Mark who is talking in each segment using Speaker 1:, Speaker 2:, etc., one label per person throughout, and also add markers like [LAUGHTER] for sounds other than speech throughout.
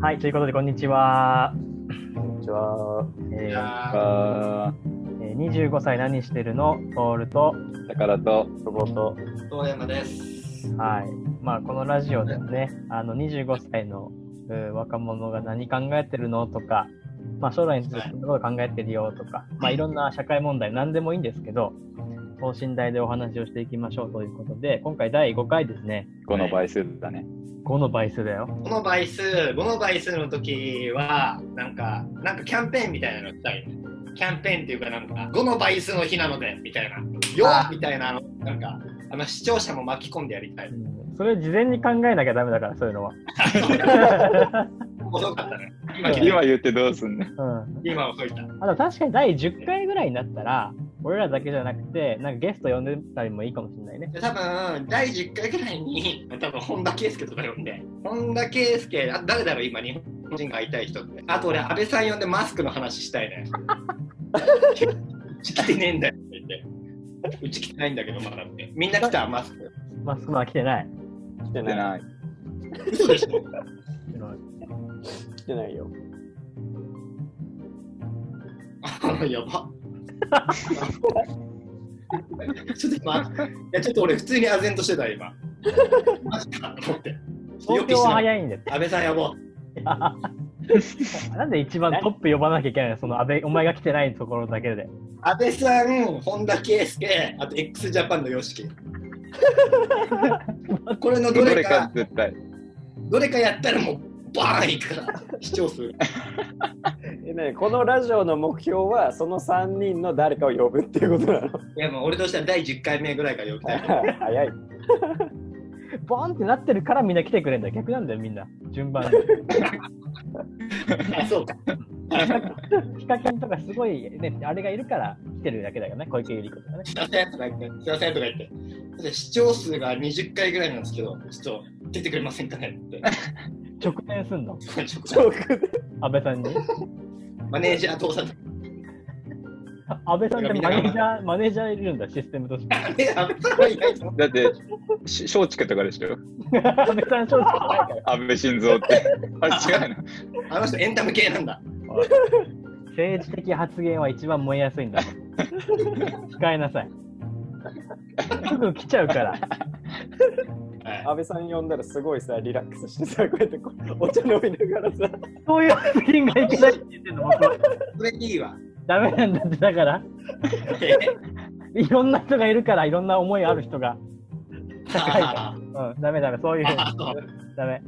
Speaker 1: はい、ということで、こんにちは。
Speaker 2: こんにちは。
Speaker 1: えー
Speaker 2: あ
Speaker 1: えー25歳何してるのトールと、
Speaker 2: だからと、
Speaker 1: ロボと、
Speaker 3: 遠山です。
Speaker 1: はい。まあ、このラジオではね、あの、25歳の、えー若者が何考えてるのとか、まあ、将来についてこんなこと考えてるよとか、まあ、いろんな社会問題、何でもいいんですけど、等身大でお話をしていきましょうということで、今回第5回ですね。
Speaker 2: 5の倍数だね。
Speaker 1: 5の倍数だよ。
Speaker 3: この倍数、この倍数の時は、なんか、なんかキャンペーンみたいなのしたいね。キャンペーンっていうか、なんか、5の倍数の日なので、みたいな。よ
Speaker 1: あ
Speaker 3: っみたいなの、なんか、あの視聴者も巻き込んでやり
Speaker 1: [LAUGHS]
Speaker 3: たい。
Speaker 1: うんそれ事前に考えなきゃダメだから、そういうのは。
Speaker 3: 遅かったね。今聞い
Speaker 2: 今言ってどうすん
Speaker 1: う
Speaker 2: の
Speaker 1: ん。
Speaker 3: た、今遅いた。
Speaker 1: あと確かに第10回ぐらいになったら、俺らだけじゃなくて、なんかゲスト呼んでたりもいいかもしれないね。
Speaker 3: で多分第10回ぐらいに、多分本田圭佑とか呼んで、本田圭佑、あ誰だろう、今、日本人が会いたい人って。あと俺、安倍さん呼んでマスクの話したいね。 [LAUGHS] うち来てねえんだよって言って。うち来てないんだけど、まだって。みんな来た、マスク。
Speaker 1: マスクマン来てない。
Speaker 4: 来て
Speaker 2: って
Speaker 4: ない。
Speaker 2: ない。
Speaker 3: 嘘でしょ
Speaker 4: 来てないよ。
Speaker 3: あやば。ちょっと今、いやちょっと俺、普通に唖然としてた、今。マジかと思って。
Speaker 1: 東京は早いんです。
Speaker 3: 安倍さん呼ぼう。
Speaker 1: なんで一番トップ呼ばなきゃいけないのその安倍、お前が来てないところだけで。
Speaker 3: 安倍さん、本田圭佑、あと x ジャパンの
Speaker 4: [LAUGHS]
Speaker 3: YOSHIKI。これのど
Speaker 2: ど
Speaker 3: れ
Speaker 2: れ
Speaker 3: か
Speaker 2: か、絶対。
Speaker 3: どれかやったらもう、バーンいくから、視聴数。
Speaker 4: [LAUGHS] え、ね、このラジオの目標は、その3人の誰かを呼ぶっていうことなの。
Speaker 3: いや、もう俺としては第10回目ぐらいから呼びたい。
Speaker 4: 早い。
Speaker 1: ボーンってなってるからみんな来てくれんだよ。逆なんだよ、みんな。順番で。
Speaker 4: [LAUGHS]
Speaker 3: あ、そうか。
Speaker 1: ヒカキンとかすごい、ね、あれがいるから来てるだけだからね。小池百合子とかね。
Speaker 3: すいませんとか言って、すいませんとか言って。で視聴数が20回ぐらいなんですけど、ちょっと出てくれませんかねっ
Speaker 4: [LAUGHS]
Speaker 3: て。
Speaker 1: 直面すんの。
Speaker 4: ジョークで。
Speaker 1: 安倍さんに。
Speaker 3: マネージャー通さず。
Speaker 1: 安倍さんってマネージャー、マネージャーいるんだ、システムとして。
Speaker 3: 安倍さんはいないと思う
Speaker 2: だって、し松竹とかでしょ。
Speaker 1: 安倍さん正直じゃないから。
Speaker 2: 安倍晋三って。あれ違うの
Speaker 3: あの人エンタメ系なんだ。
Speaker 1: 政治的発言は一番燃えやすいんだもん控えなさいすぐ来ちゃうから
Speaker 3: はい
Speaker 4: 安倍さん呼んだらすごいさ、リラックスしてさ、こうやってこうお茶飲みながらさ、
Speaker 1: そういう発言がいけないって言ってんの僕は
Speaker 3: それいいわ。
Speaker 1: ダメなんだってだからいろんな人がいるからいろんな思いある人が、
Speaker 3: あ
Speaker 1: うん、ダメダメそういうふうにダメ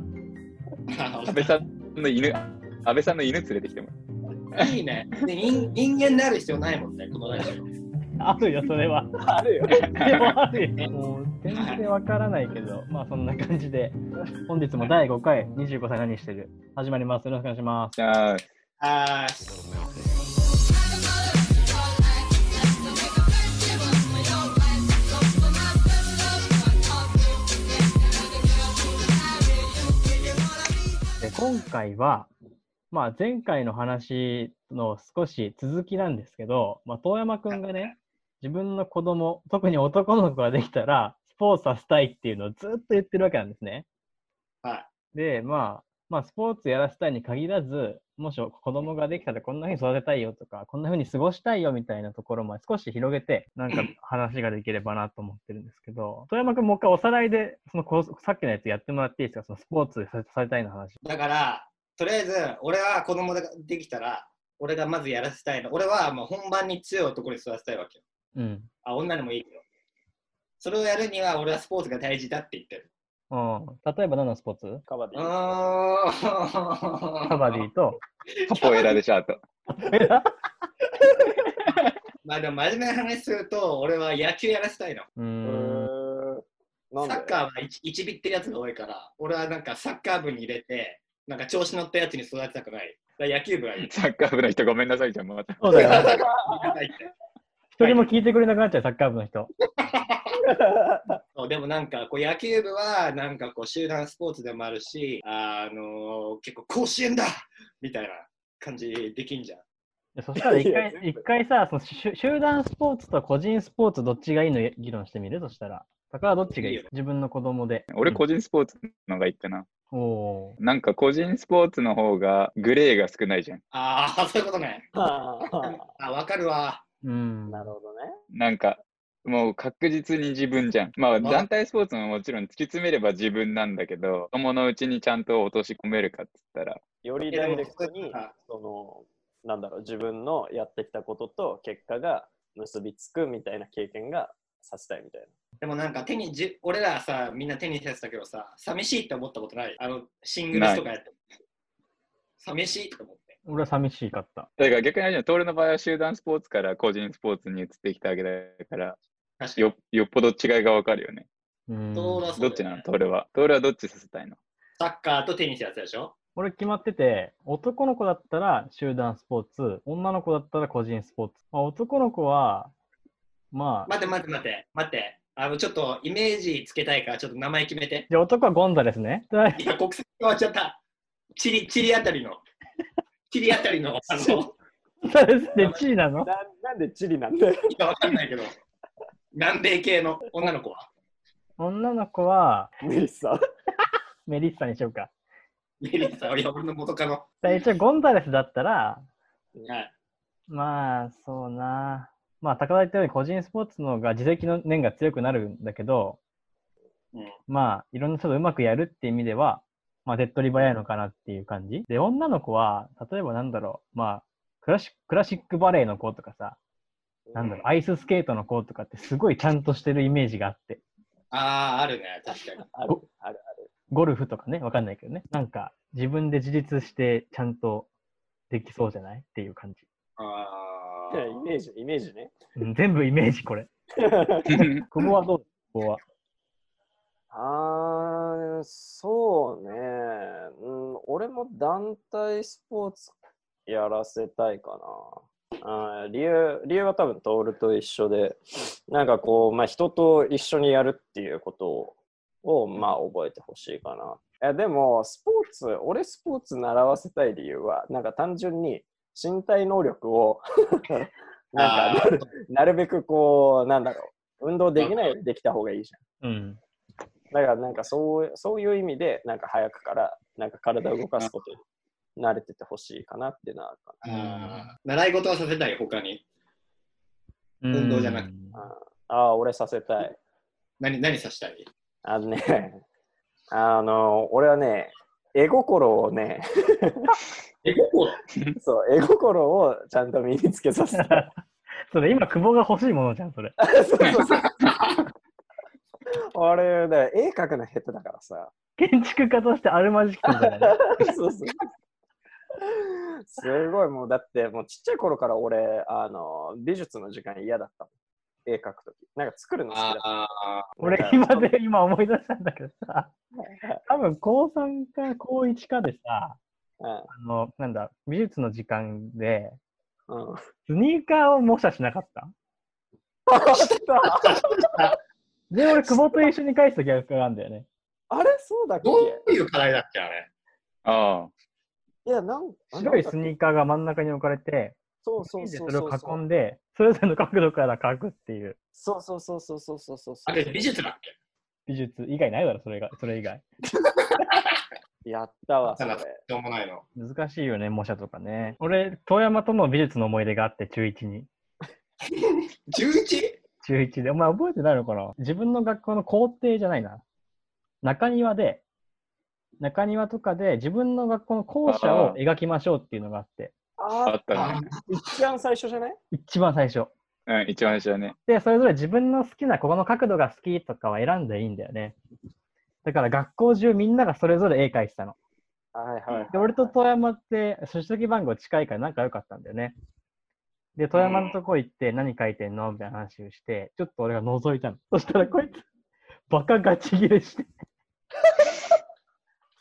Speaker 2: 安倍さんの犬、安倍さんの犬連れてきてもら
Speaker 3: いいね。で人人間になる必要ないもんね、このラジオ。
Speaker 1: あるよそれは
Speaker 4: あるよ。
Speaker 1: でもあるよもう全然わからないけどまあそんな感じで本日も第5回25歳何してる始まりますよろしくお願いします
Speaker 2: う。ああ、
Speaker 3: あー
Speaker 1: で今回は、まあ、前回の話の少し続きなんですけど、まあ、遠山くんがね、自分の子供、特に男の子ができたら、スポーツさせたいっていうのをずっと言ってるわけなんですね。
Speaker 3: は
Speaker 1: で、まあ、まあ、スポーツやらせたいに限らず、もし子供ができたらこんな風に育てたいよとか、こんな風に過ごしたいよみたいなところも少し広げて、なんか話ができればなと思ってるんですけど、遠山くんもう一回おさらいで、そのこうさっきのやつやってもらっていいですか、そのスポーツさされたいの話。
Speaker 3: だから、とりあえず、俺は子供ができたら、俺がまずやらせたいの。俺はもう本番に強い男に育てたいわけよ。
Speaker 1: うん。
Speaker 3: あ、女でもいいけど。それをやるには、俺はスポーツが大事だって言ってる。
Speaker 1: うん、例えば何のスポーツ
Speaker 4: カバデ
Speaker 3: う
Speaker 4: ィ。
Speaker 3: ーん
Speaker 1: カバディと、
Speaker 2: カポエラでしょ、あと。
Speaker 3: まあでも真面目な話すると、俺は野球やらせたいの。
Speaker 1: [LAUGHS] うー、
Speaker 4: うんーん。
Speaker 3: サ
Speaker 4: なんで
Speaker 3: ッカーは一一ビってるやつが多いから、俺はなんかサッカー部に入れて、なんか調子乗ったやつに育てたくない。だから野球部がいい。
Speaker 2: サッカー部の人、ごめんなさい、じゃん、また。
Speaker 1: そうだよ、ね、
Speaker 3: はいって
Speaker 1: 一人も聞いてくれなくなっちゃう、サッカー部の人。
Speaker 3: [LAUGHS] そうでもなんかこう野球部はなんかこう集団スポーツでもあるし、あのー結構甲子園だみたいな感じできんじゃん。
Speaker 1: そしたら一
Speaker 4: い
Speaker 1: 回
Speaker 4: や全
Speaker 1: 一
Speaker 4: 部
Speaker 1: 回さその集、集団スポーツと個人スポーツ、どっちがいいの議論してみるそしたら。だからどっちがいい
Speaker 3: いいよ
Speaker 1: 自分の子供で。
Speaker 2: 俺、個人スポーツのがいいかな。
Speaker 1: おお
Speaker 2: なんか個人スポーツの方がグレーが少ないじゃん。
Speaker 3: ああ、そういうことね。
Speaker 4: ああ
Speaker 3: あ、わかるわ。
Speaker 1: ー。うん。
Speaker 4: なるほどね。
Speaker 2: なんか、もう確実に自分じゃん。まあ、
Speaker 3: まあ
Speaker 2: 団体スポーツももちろん突き詰めれば自分なんだけど、子供のうちにちゃんと落とし込めるかっつったら、
Speaker 4: よりダイレクトに、その、なんだろう、自分のやってきたことと結果が結びつくみたいな経験がさせたいみたいな。
Speaker 3: でもなんか手にじ、俺らさ、みんな手にしたやつだけどさ、寂しいって思ったことない。あの、シングルスとかやって。寂しいとか思って。
Speaker 1: 俺は寂しかった。
Speaker 2: だから逆にあれじゃん、トールの場合は集団スポーツから個人スポーツに移ってきたわけだから、
Speaker 3: 確かに。
Speaker 2: よよっぽど違いがわかるよね。
Speaker 1: うん。
Speaker 3: そうだそうだ
Speaker 2: ど
Speaker 3: よ
Speaker 2: っちなの
Speaker 3: ね
Speaker 2: トールは。トールはどっちさせたいの [LAUGHS]
Speaker 3: サッカーとテニスやつでしょ
Speaker 1: 俺決まってて、男の子だったら集団スポーツ、女の子だったら個人スポーツ。まあ、男の子は、まあ、
Speaker 3: 待って待って待って、待って。あの、ちょっとイメージつけたいから、ちょっと名前決めて。
Speaker 1: じゃあ男はゴンザですね。 [LAUGHS]
Speaker 3: いや、国籍変わっちゃった。チリ、チリあたりの。チリあたりの、あの、
Speaker 1: ザレスって地位なの
Speaker 4: ななんでチリなんだよ。
Speaker 3: いやわかんないけど、南米系の女の子は。
Speaker 1: 女の子は
Speaker 4: メリッサ。
Speaker 1: メリッサにしようか。
Speaker 3: メリッサ、いや、俺の元カノ。
Speaker 1: だから一応ゴンザレスだったら、
Speaker 3: はい。
Speaker 1: まあ、そうな。まあ、高田言ったように個人スポーツの方が自責の念が強くなるんだけど、
Speaker 3: うん
Speaker 1: まあ、いろんな人とうまくやるって意味では、まあ、手っ取り早いのかなっていう感じ。で、女の子は、例えばなんだろう、まあ、クラシッククラシックバレエの子とかさ、なんだろう、アイススケートの子とかってすごいちゃんとしてるイメージがあって、
Speaker 3: あー、あるね、確かに。
Speaker 4: あるある
Speaker 1: ゴルフとかね、わかんないけどね、なんか自分で自立してちゃんとできそうじゃないっていう感じ。
Speaker 3: あ
Speaker 4: ある。イメージ、イメージね。
Speaker 1: うん全部イメージこ
Speaker 3: [LAUGHS]
Speaker 1: れ。久保はどう久保は。
Speaker 4: あー、そうね。うん、俺も団体スポーツやらせたいかな。あー理由理由は多分トールと一緒で、なんかこう、まあ、人と一緒にやるっていうことを、をまあ、覚えてほしいかな。えでも、スポーツ、俺スポーツ習わせたい理由は、なんか単純に身体能力を [LAUGHS] なんかなる、なるべくこう、なんだろう、運動できないよりできた方がいいじゃん。
Speaker 1: うん。
Speaker 4: だからなんかそうそういう意味でなんか早くからなんか体を動かすことに慣れててほしいかなってなるか
Speaker 3: ーあー。習い事はさせたい、他に。運動じゃなく
Speaker 1: て。
Speaker 4: な。ああー、俺させたい。
Speaker 3: 何、何させたい
Speaker 4: あのね、 [LAUGHS] あの、俺はね、絵心をね、
Speaker 3: え、ここ
Speaker 4: そう、絵心をちゃんと身につけさせたい。
Speaker 1: それ今、久保が欲しいものじゃん、それ。
Speaker 4: そうそうそう。俺、だから絵描くの下手だからさ。
Speaker 1: 建築家としてあるまじきことだね。
Speaker 3: [LAUGHS]
Speaker 4: そうそう。すごいもうだってもうちっちゃい頃から俺あの美術の時間嫌だったもん絵描くときなんか作るの好きだった
Speaker 3: あ
Speaker 1: 俺、今で、今思い出したんだけどさ、多分、高3か高1かでさ、
Speaker 4: うん
Speaker 1: あの、なんだ、美術の時間で、
Speaker 4: うん、
Speaker 1: スニーカーを模写しなかったで、俺、久保と一緒に返すと逆なんだよね。
Speaker 4: [LAUGHS] あれそうだっ
Speaker 3: ー
Speaker 4: け
Speaker 3: どういう課題だっけ、あれ。
Speaker 2: あ
Speaker 4: いやなんなんだっ
Speaker 1: 白
Speaker 4: け
Speaker 1: いスニーカーが真ん中に置かれて、
Speaker 4: そうそ
Speaker 1: で
Speaker 4: うそ
Speaker 1: そうれ
Speaker 4: そ
Speaker 1: を
Speaker 4: う
Speaker 1: 囲んで、それぞれの角度から描くっていう
Speaker 4: そうそうそうそうそうそうそう
Speaker 3: あれ、美術だっけ
Speaker 1: 美術以外ないだろ、それが、そ [LAUGHS] れ以外。
Speaker 4: やったわそれ
Speaker 3: どうもないの。
Speaker 1: 難しいよね、模写とかね。俺、遠山との美術の思い出があって、中1に。
Speaker 3: 11?
Speaker 1: 中1で。お前覚えてないのかな自分の学校の校庭じゃないな。中庭で、中庭とかで自分の学校の校舎を描きましょうっていうのがあって、
Speaker 2: あ、あ
Speaker 4: あ
Speaker 2: ったね。
Speaker 4: 一番最初じゃない
Speaker 1: 一番最初。
Speaker 2: うん、一番最初はね。 [LAUGHS]
Speaker 1: で、それぞれ自分の好きな、ここの角度が好きとかは選んでいいんだよね。だから学校中みんながそれぞれ絵描いてたの。
Speaker 4: はいはい、はい、
Speaker 1: で、俺と遠山って、出席番号近いから仲良かったんだよね。で、遠山のとこ行って、何書いてんのみたいな話をして、ちょっと俺が覗いたの。そしたら、こいつ、バカガチ切れ
Speaker 3: [LAUGHS]
Speaker 1: して、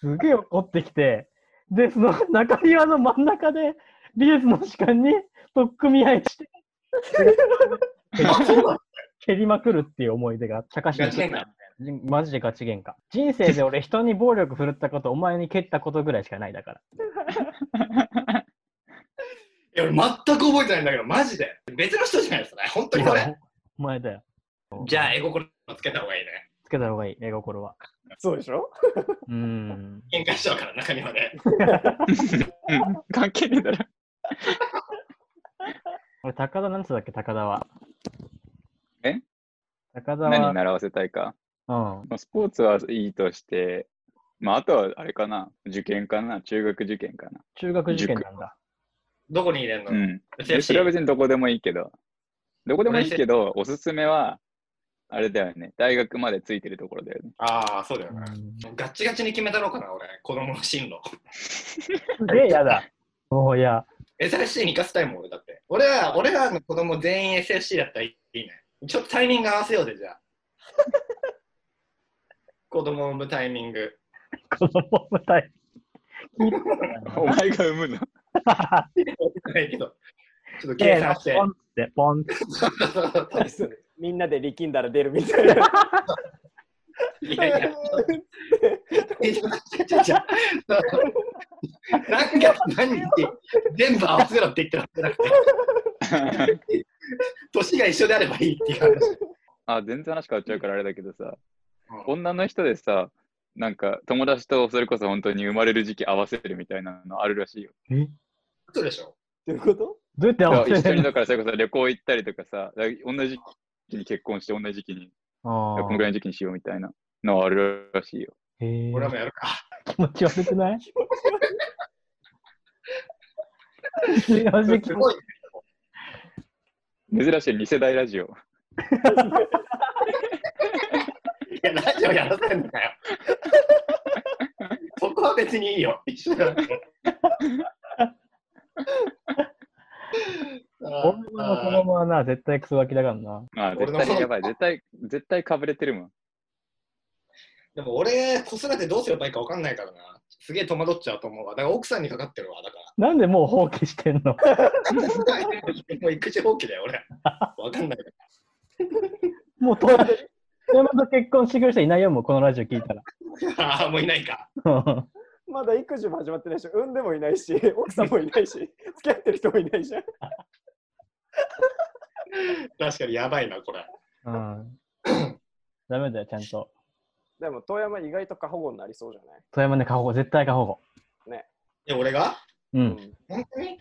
Speaker 1: すげえ怒ってきて、で、その中庭の真ん中で、美術の時間に取っ組み合いして、
Speaker 3: あ、そうだ。
Speaker 1: 蹴りまくるっていう思い出があった。高橋
Speaker 3: ガチ喧嘩
Speaker 1: マジでガチ喧嘩。人生で俺、人に暴力振るったこと、お前に蹴ったことぐらいしかないだから。
Speaker 3: いや、俺全く覚えてないんだけど、マジで。 [LAUGHS] 別の人じゃないですかね、本当にこれ。
Speaker 1: お前だよ。
Speaker 3: じゃあ、絵心つけた方がいいね。
Speaker 1: つけた方がいい、絵心は。
Speaker 4: そうでしょ
Speaker 1: うーん。
Speaker 3: 喧嘩しちゃうから、中にはね。
Speaker 2: うん関係ねえだろ。
Speaker 1: 俺、高田なんつったっけ、高田は。
Speaker 2: え
Speaker 1: 高田
Speaker 2: 何
Speaker 1: は、
Speaker 2: 習わせたいか。
Speaker 1: うん。
Speaker 2: まあスポーツはいいとして、まあ、あとはあれかな、受験かな、中学受験かな。
Speaker 1: 中学受験なんだ。
Speaker 3: どこに入れんの、
Speaker 2: うん。でそ
Speaker 3: ?SFC
Speaker 2: れは別にどこでもいいけど、どこでもいいけど、おすすめは、あれだよね、大学までついてるところだよ
Speaker 3: [LAUGHS]
Speaker 2: ね。
Speaker 3: ああ、そうだよね。
Speaker 1: うん
Speaker 3: ガッチガチに決めたろうかな、俺。子供の進路。
Speaker 1: すげえ嫌だ。もういや、
Speaker 3: SFC に行かせたいもん、俺だって。俺は、俺らの子供全員 SFC だったらいいね。ちょっとタイミング合わせようぜ、じゃ [LAUGHS] あ。子供を産むタイミン [LAUGHS] グ。
Speaker 1: 子供みたい。
Speaker 2: お前が産むの
Speaker 3: ないけど。ちょっと計
Speaker 1: で、
Speaker 3: 算して
Speaker 1: ポ。ンって、ポンって。
Speaker 4: みんなで力んだら出るみ [LAUGHS] たいな。
Speaker 3: いやいやちょちょちょ何が何って全部合わせろって言ってるわけじゃなくて、年が一緒であればいいっていう話。
Speaker 2: あ、全然話変わっちゃうからあれだけどさ、
Speaker 3: うん
Speaker 2: 女の人でさ、なんか友達とそれこそ本当に生まれる時期合わせるみたいなのあるらしいよ。
Speaker 1: え
Speaker 3: そうでしょ
Speaker 4: どういうこと
Speaker 1: どうやって合
Speaker 2: だ
Speaker 1: わ
Speaker 2: から一
Speaker 1: せ
Speaker 2: 緒
Speaker 1: る
Speaker 2: に
Speaker 1: の
Speaker 2: だからそれこそ旅行行ったりとかさ、だから同じ時期に結婚して同じ時期に、
Speaker 1: あ
Speaker 2: このぐ
Speaker 1: ー
Speaker 2: らいの時期にしようみたいなのはあるらしいよ。
Speaker 1: へえ
Speaker 3: 俺はもうやるか。
Speaker 1: 気持ち悪くない正
Speaker 2: [LAUGHS]
Speaker 1: 直
Speaker 3: すごい。
Speaker 2: 珍しい二世代ラジオ。
Speaker 3: いや、ラジオやらせんのかよ。そこは別にいいよ。一緒だって。
Speaker 1: 俺の子供はな、絶対クソガキだからな。
Speaker 2: まあ
Speaker 3: 俺
Speaker 2: 絶
Speaker 3: の
Speaker 2: 対やばい、絶対、絶対かぶれてるもん。
Speaker 3: でも俺、子育てどうすればいいか分かんないからな。すげえ戸惑っちゃうと思うわ。だから奥さんにかかってるわ。だから。
Speaker 1: なんでもう放棄してんの
Speaker 3: もう育児放棄だよ、俺。分かんないから。
Speaker 1: もう東山東山と結婚してくる人いないよ、もうこのラジオ聞いたら。
Speaker 3: ああ、もういないか。
Speaker 1: うん
Speaker 4: まだ育児も始まってないし、産んでもいないし、奥さんもいないし、付き合ってる人もいないじゃん。
Speaker 3: 確かにやばいな、これ。
Speaker 1: うん。 [COUGHS] ダメだよ、ちゃんと。
Speaker 4: でも、遠山意外と過保護になりそうじゃない
Speaker 1: 富山ね、過保護、絶対過保護。
Speaker 3: え、俺が
Speaker 1: う、
Speaker 4: うん
Speaker 3: 本当に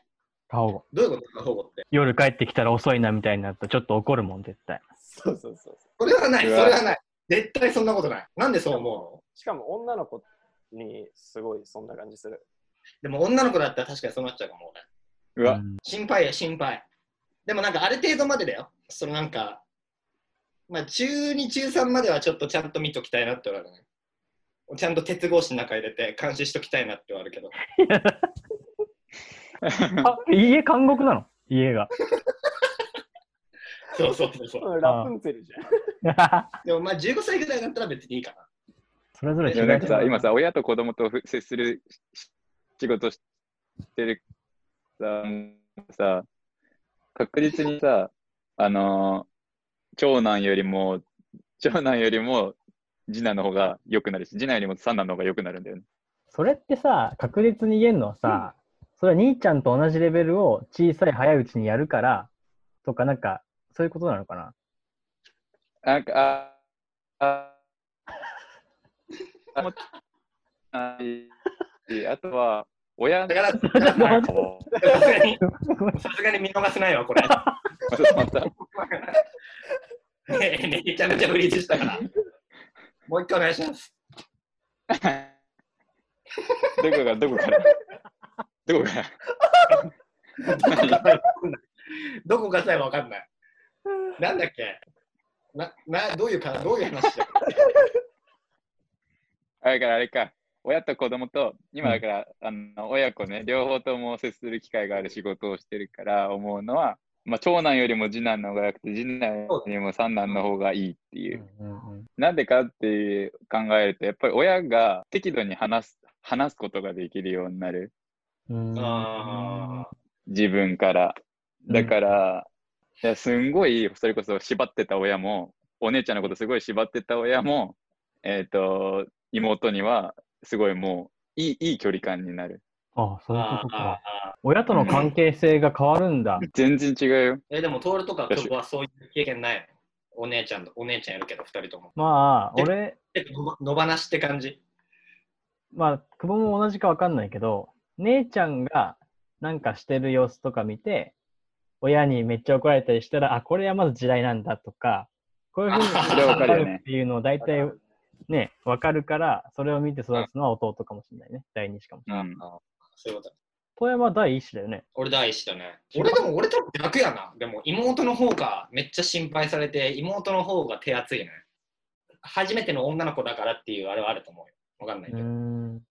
Speaker 1: 過保護。
Speaker 3: どういうことか、保護って。
Speaker 1: 夜帰ってきたら遅いなみたいになったらちょっと怒るもん、絶対。
Speaker 4: そうそうそう。
Speaker 3: それはない、そうれ
Speaker 2: わ
Speaker 3: はない。絶対そんなことない。なんでそう思
Speaker 4: しかも、女の子にすごいそんな感じする。
Speaker 3: うのでも女の子だったら確かにそうなっちゃうかも、俺。
Speaker 2: うわ、
Speaker 1: ん
Speaker 3: 心配や、心配。でもなんかある程度までだよ。そのなんか、まあ中2、中3まではちょっとちゃんと見ときたいなって俺はね。ちゃんと鉄格子の中入れて監視しときたいなってはあるけど。
Speaker 1: あ、家監獄なの家
Speaker 2: [LAUGHS]
Speaker 1: が。
Speaker 3: そうそうそうそう。
Speaker 4: うんラプンツェルじゃん。
Speaker 3: でもまあ15歳ぐらいだったら別にいいかな。
Speaker 1: それぞれ
Speaker 2: い
Speaker 1: 違
Speaker 2: や
Speaker 1: う
Speaker 2: なんかさ、今さ、親と子供とふ接するし仕事してるさ、さ確実にさ、あのー長男よりも、長男よりも、次男の方が良くなるし、次男よりも三男の方が良くなるんだよね。
Speaker 1: それってさ、確実に言えるのはさ、それは兄ちゃんと同じレベルを小さい早いうちにやるから、とかなんか、そういうことなのかな
Speaker 2: なんか、あ、あ、 [LAUGHS] ああとは、親
Speaker 3: だ
Speaker 2: が、
Speaker 3: から、 [LAUGHS]
Speaker 2: なんかこう
Speaker 3: さすがに、さすがに見逃せないわ、これ。
Speaker 2: ちょっと待った。
Speaker 3: ねえ [LAUGHS] めちゃめちゃフリーズした [LAUGHS] から。もう一回お願いします。
Speaker 2: [LAUGHS] どこからどこからどこから
Speaker 3: [LAUGHS] どこかさえわかんない。なんだっけな、な、どういうか、どういう話 [LAUGHS] だっ
Speaker 2: あれからあれか。親と子供と、今だから、あの親子ね、両方とも接する機会がある仕事をしてるから思うのは、まあ、長男よりも次男の方が良くて、次男よりも三男の方がいいっていう。なんでかっていう考えると、やっぱり親が適度に話す、話すことができるようになる。
Speaker 1: うん、
Speaker 3: けあ
Speaker 2: 自分から。だからら、いやすんごい、それこそ縛ってた親も、お姉ちゃんのことすごい縛ってた親も、えっ、と、妹には、すごいもう、いい、いい距離感になる。
Speaker 1: あそういうことか。
Speaker 3: あ
Speaker 1: 親との関係性が変わるんだ。
Speaker 2: 全然違うよ。
Speaker 3: え、でも、トールとか、僕はそういう経験ないの。お姉ちゃんとお姉ちゃんやるけど、2人とも。
Speaker 1: まあ、
Speaker 3: え
Speaker 1: 俺、
Speaker 3: え野放しって感じ。
Speaker 1: まあ、久保も同じかわかんないけど、姉ちゃんがなんかしてる様子とか見て、親にめっちゃ怒られたりしたら、あ、これはまず地雷なんだとか、こういうふうに
Speaker 3: あ
Speaker 2: それはわかるよね
Speaker 1: わっていうのを大体ね、わかるから、それを見て育つのは弟かもしれないね。第二子かもしれない。
Speaker 2: うん。 [LAUGHS]
Speaker 3: そういうこと。
Speaker 1: 富山は第一子だよね。
Speaker 3: 俺第一だね。俺でも俺多分逆やな。でも妹の方がめっちゃ心配されて、妹の方が手厚いね。初めての女の子だからっていうあれはあると思うよ。わかんないうけど。
Speaker 1: ん。
Speaker 3: うん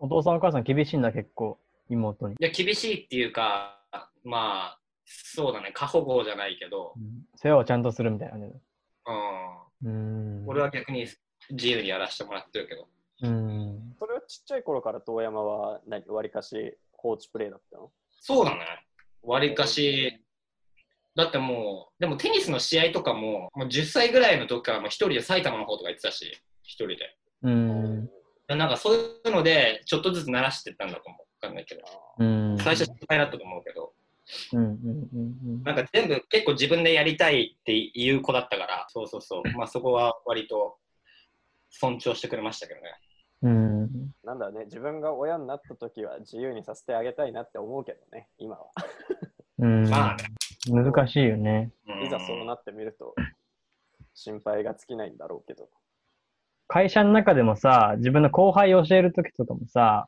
Speaker 1: お父さんお母さん厳しいんだ、結構。妹に。
Speaker 3: いや、厳しいっていうか、まあ、そうだね、過保護じゃないけど、
Speaker 1: 世話をちゃんとするみたいなね。
Speaker 3: うん、
Speaker 1: うん。
Speaker 3: 俺は逆に自由にやらせてもらってるけど、
Speaker 1: うん。
Speaker 4: それはちっちゃい頃から遠山は何割かし放置プレイだったの
Speaker 3: そうだね、わりかし、だってもう、でもテニスの試合とかも、もう10歳ぐらいの時からもう一人で埼玉の方とか行ってたし、一人で。
Speaker 1: うん。
Speaker 3: なんかそういうので、ちょっとずつ慣らしてったんだと思う。わかんないけど。
Speaker 1: うん。
Speaker 3: 最初失敗だったと思うけど、
Speaker 1: うんうんうん
Speaker 3: なんか全部結構自分でやりたいっていう子だったから、そうそうそう、まあそこは割と尊重してくれましたけどね。
Speaker 1: うん。うん。
Speaker 4: なんだろうね、自分が親になった時は自由にさせてあげたいなって思うけどね、今は。
Speaker 1: うん、
Speaker 3: まあね、
Speaker 1: 難しいよね。
Speaker 3: うん
Speaker 4: いざそうなってみると、心配が尽きないんだろうけど。
Speaker 1: 会社の中でもさ、自分の後輩を教えるときとかもさ、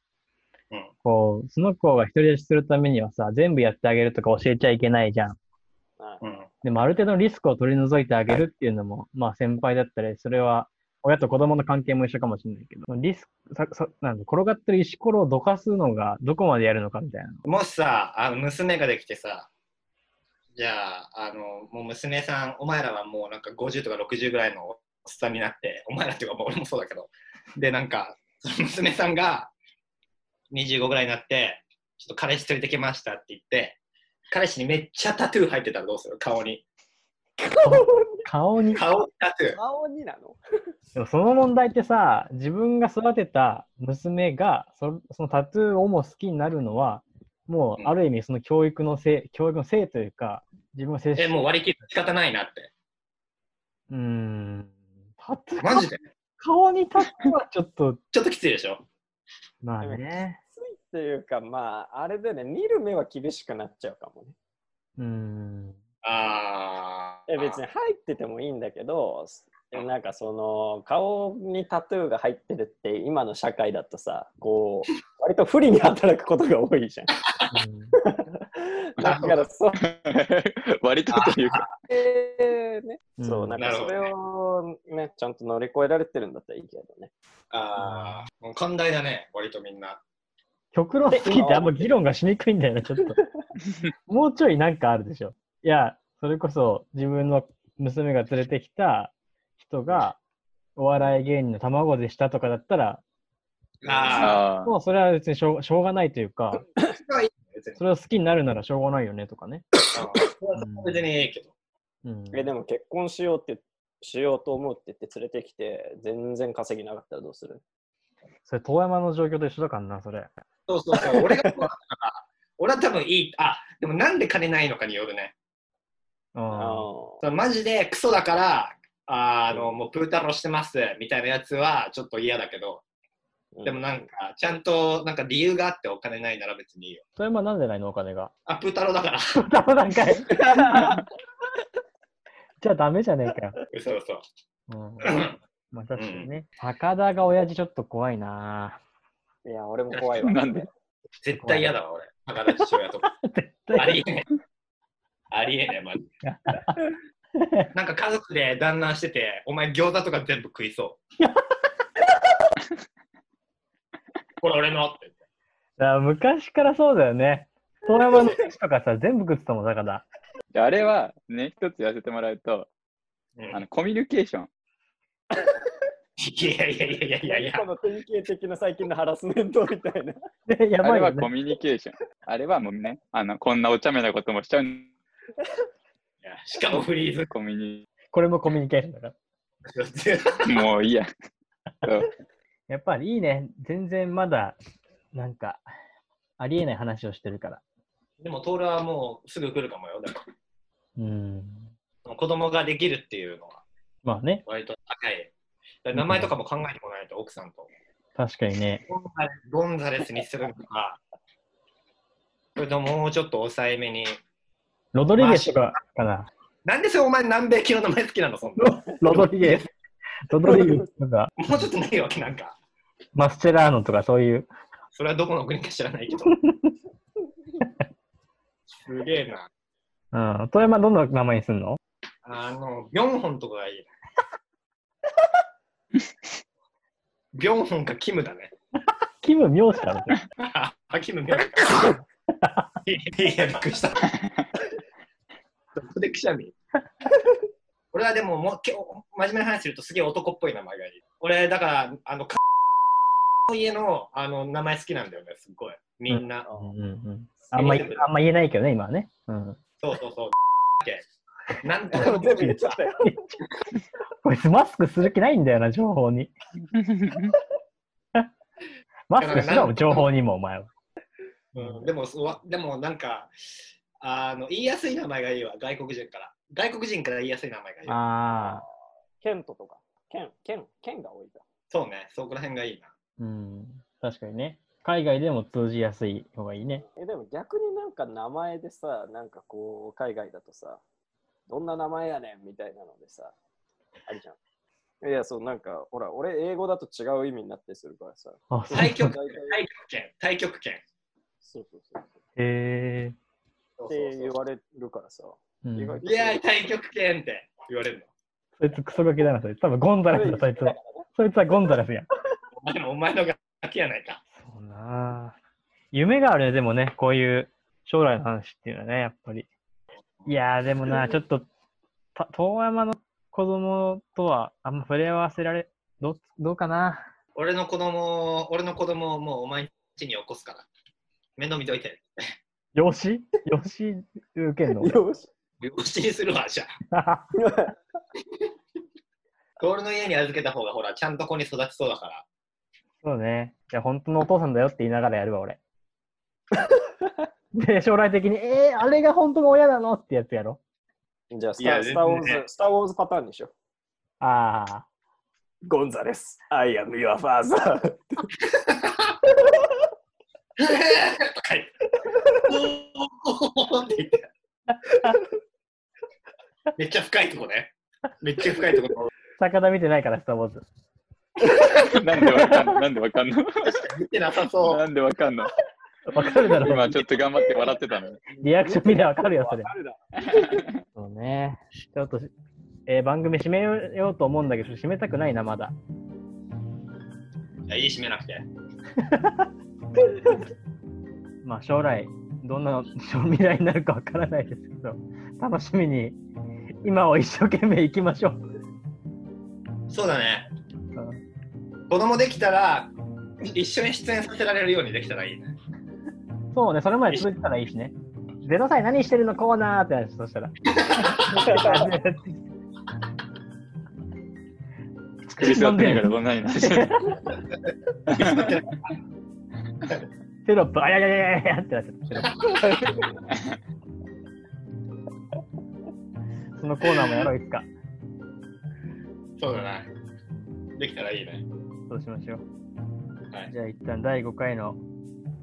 Speaker 3: うん
Speaker 1: こう、その子が独り立ちするためにはさ、全部やってあげるとか教えちゃいけないじゃん。
Speaker 4: はい
Speaker 3: うん
Speaker 1: でもある程度のリスクを取り除いてあげるっていうのも、まあ先輩だったり、それは親と子供の関係も一緒かもしれないけど、リスク、ささなんだ転がってる石ころをどかすのがどこまでやるのかみたいな。
Speaker 3: もしさあの娘ができてさじゃああのもう娘さんお前らはもうなんか50とか60ぐらいのおっさんになってお前らっていうかまあ俺もそうだけどでなんかその娘さんが25ぐらいになってちょっと彼氏連れてきましたって言って彼氏にめっちゃタトゥー入ってたらどうする顔に
Speaker 1: 顔に。
Speaker 3: 顔にタトゥー
Speaker 4: 顔になの
Speaker 1: でもその問題ってさ、自分が育てた娘がそ、そのタトゥーをも好きになるのは、も
Speaker 2: う
Speaker 1: うんある意味その教育のせい、教育のせいというか、自分の
Speaker 4: [LAUGHS]
Speaker 1: 精
Speaker 3: え
Speaker 1: 神。
Speaker 3: もう割り切って仕方ないなって
Speaker 1: うーん。タトゥー、
Speaker 3: マジで
Speaker 1: 顔にタトゥーはちょっと、
Speaker 3: ちょっときついでしょ
Speaker 1: まあね。
Speaker 4: ついっていうか、まあ、あれでね、見る目は厳しくなっちゃうかもね。
Speaker 1: うーん。
Speaker 3: あー
Speaker 4: え別に入っててもいいんだけど、なんかその顔にタトゥーが入ってるって今の社会だとさこう割と不利に働くことが多いじゃん。だからそ
Speaker 2: 割とというか、
Speaker 4: れ、ね、
Speaker 1: うん
Speaker 4: そうなん
Speaker 3: なる
Speaker 4: かそ
Speaker 3: ほど
Speaker 4: れ
Speaker 3: ね
Speaker 4: をねちゃんと乗り越えられてるんだったらいいけどね。
Speaker 3: あーもう寛大だね割とみんな
Speaker 1: 極論すぎてあんま議論がしにくいんだよね、ちょっと。もうちょいなんかあるでしょ。いや、それこそ自分の娘が連れてきた人が、お笑い芸人の卵でしたとかだったら、
Speaker 3: ああ
Speaker 2: あ
Speaker 1: もうそれは別にしょうしょうがないというか、
Speaker 3: 別に
Speaker 1: それを好きになるならしょうがないよねとかね。
Speaker 3: 別にええけど。
Speaker 1: うん、
Speaker 4: えでも結婚しようってしようと思うって言って連れてきて全然稼ぎなかったらどうする
Speaker 1: それ、遠山の状況と一緒だからな、それ。
Speaker 3: そうそうそう。俺がそうだったから、俺は多分いい。あ、でもなんで金ないのかによるね。
Speaker 1: あ
Speaker 3: そのマジでクソだから、ああの、もうプータローしてますみたいなやつはちょっと嫌だけど、でもなんか、ちゃんとなんか理由があってお金ないなら別にいいよ。
Speaker 1: 遠山なんでないのお金が。 [LAUGHS]
Speaker 3: あ、プータローだから。 [LAUGHS]
Speaker 1: ダメなんかい。じゃあダメじゃねえかよ。
Speaker 3: そうそう。
Speaker 1: うん
Speaker 3: うん
Speaker 1: まあ確かにね。高田が親父ちょっと怖いな
Speaker 4: うんいや俺も怖いわ。
Speaker 2: なんで
Speaker 3: 絶対嫌だわ、俺。高田父親とか。
Speaker 1: 絶
Speaker 3: あ
Speaker 1: 対。
Speaker 3: りえない。ありえない、マジで。なんか家族で団らんしてて、お前餃子とか全部食いそう。これ俺のって。
Speaker 1: だから昔からそうだよね。遠山の選手とか
Speaker 2: [LAUGHS]
Speaker 1: さ、全部食ってたもん、だから。
Speaker 2: ああれはね、一つ言わせてもらうと、
Speaker 3: うん
Speaker 2: あのコミュニケーション。
Speaker 3: いやいやいやいやいや
Speaker 4: [LAUGHS] こ。の典型的な最近のハラスメントみたいな。
Speaker 1: で [LAUGHS] や
Speaker 2: あ
Speaker 1: ばい
Speaker 2: れ
Speaker 1: よ
Speaker 2: はコ
Speaker 1: ね。
Speaker 2: ミュニケーション。あれはもうね、あのこんなお茶目なこともしちゃう
Speaker 3: しかもフリーズ。
Speaker 2: コミュニ
Speaker 1: これもコミュニケーションだから。
Speaker 2: もういいや。
Speaker 1: [LAUGHS]
Speaker 2: そう
Speaker 1: やっぱりいいね。全然まだ、なんか、ありえない話をしてるから。
Speaker 3: でも、トールはもうすぐ来るかもよ。でも
Speaker 1: うん。
Speaker 3: う子供ができるっていうのは
Speaker 1: まあね、
Speaker 3: 割と高い。だから名前とかも考えてもらえないと、奥さんと。
Speaker 1: 確かにね。
Speaker 3: ゴンザレスゴンザレスにするのか、それとももうちょっと抑えめに。
Speaker 1: ロドリゲスとかかな。
Speaker 3: なんでそれお前南米系の名前好きなのそんな。
Speaker 1: ロドリゲス。ロドリゲスとか、
Speaker 3: もうちょっとないわけなんか。
Speaker 1: マスチェラーノとかそういう。
Speaker 3: それはどこの国か知らないけど。すげえな。
Speaker 1: うん。富山どんな名前にすんの
Speaker 3: あの、ビョンホンとかがいいな。ビョンホンかキムだね。
Speaker 1: キム・ミョウシだろ。
Speaker 3: あ、 [LAUGHS] キムみょうか。いや、びっくりした。どこでくしゃみ [LAUGHS] 俺はでももう今日、真面目な話するとすげえ男っぽい名前がいい。俺、だから、あの、かの家のあの名前好きなんだよね、すっごい。みんな。
Speaker 1: うんうん、あんま言あんま言えないけどね、今はね。うん、
Speaker 3: そうそう [LAUGHS] そう。なんと
Speaker 4: 全
Speaker 3: な
Speaker 4: 部
Speaker 3: く
Speaker 4: 言っち
Speaker 1: [LAUGHS]
Speaker 4: ゃったよ。
Speaker 1: こいつマスクする気ないんだよな、情報に。マスクしろ、情報にも、お前は。
Speaker 3: うんでもそうわ、でもなんか、あの、言いやすい名前がいいわ、外国人から。外国人から言いやすい名前がいい。
Speaker 1: ああ。
Speaker 4: ケントとか。ケン、ケン、ケンが多いか。
Speaker 3: そうね、そこら辺がいいな。
Speaker 1: うん。確かにね。海外でも通じやすい方がいいね。
Speaker 4: え、でも逆になんか名前でさ、なんかこう、海外だとさ、どんな名前やねんみたいなのでさ、あるじゃん。いや、そう、なんか、ほら、俺、英語だと違う意味になってするからさ。
Speaker 1: あ、そう。
Speaker 3: 対極
Speaker 4: 大体
Speaker 3: 対極拳、対極拳。
Speaker 4: そうそうそう。
Speaker 1: へえ。
Speaker 3: そう
Speaker 4: って
Speaker 3: そうそう
Speaker 4: 言われるからさ。
Speaker 1: うん
Speaker 4: 意外と
Speaker 3: いやー、対極拳って言われるの。
Speaker 1: そいつクソガキだな、そいつ。多分ゴンザレスだ、そいつは。そいつはゴンザレスや。
Speaker 3: まあでもお前のがきやないか。
Speaker 1: そうなあ夢があるね、でもね、こういう将来の話っていうのはね、やっぱり。いやー、でもな、ちょっと、た遠山の子供とはあんま触れ合わせられ、どうどうかな。
Speaker 3: 俺の子供を、俺の子供をもうお前んちに起こすから。面倒見といて。
Speaker 1: 養子養子受けんの俺
Speaker 4: [LAUGHS] [LAUGHS] よし。
Speaker 3: 養子にするわ、じゃあ。俺の家に預けた方がほら、ちゃんと子に育ちそうだから。
Speaker 1: そうね。いや、本当のお父さんだよって言いながらやるわ、俺。で、将来的に、えー、あれが本当の親なのってやつやろ。
Speaker 4: じゃあス
Speaker 2: いや
Speaker 4: タ、スター・ウォー
Speaker 2: 全然
Speaker 4: ズ、スター・ウォーズパターンにしよう。
Speaker 1: ああ。
Speaker 4: ゴンザレス、I am your
Speaker 3: はい。
Speaker 4: father。
Speaker 3: おーって言って。めっちゃ深いとこね。めっちゃ深いとこ。
Speaker 1: 魚見てないから、スター・ウォーズ。
Speaker 2: なんでわかんのなんでわかんの
Speaker 3: 見てなさそう。
Speaker 2: なんでわかんの
Speaker 1: わかるだろ。
Speaker 2: 今ちょっと頑張って笑ってたのに。
Speaker 1: リアクション見りゃわかるよ、それ
Speaker 4: わ。かるだろ
Speaker 1: そうね。ちょっとし、えー番組締めようと思うんだけど、締めたくないな、まだ。
Speaker 3: いや、いい締めなくて。
Speaker 1: まあ、将来、どんな未来になるかわからないですけど、楽しみに、今を一生懸命生きましょう。
Speaker 3: そうだね。
Speaker 1: うん
Speaker 3: 子供できたら、一緒に出演させられるようにできたらいいね。
Speaker 1: そうね、それまで続いてたらいいしね。0歳何してるのコーナーって話そ
Speaker 2: [LAUGHS]
Speaker 1: したら。
Speaker 2: 作り座ってないからどんなになっちゃう
Speaker 1: テロップ、あややややややってなっちゃったテロップ。そのコーナーもやろう、いつか。
Speaker 3: そうだな。できたらいいね。
Speaker 1: そうしましょう。
Speaker 3: はい
Speaker 1: じゃあ一旦第5回の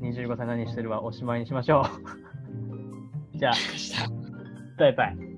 Speaker 1: 25歳何してるはおしまいにしましょう。じゃあ、バイバイ。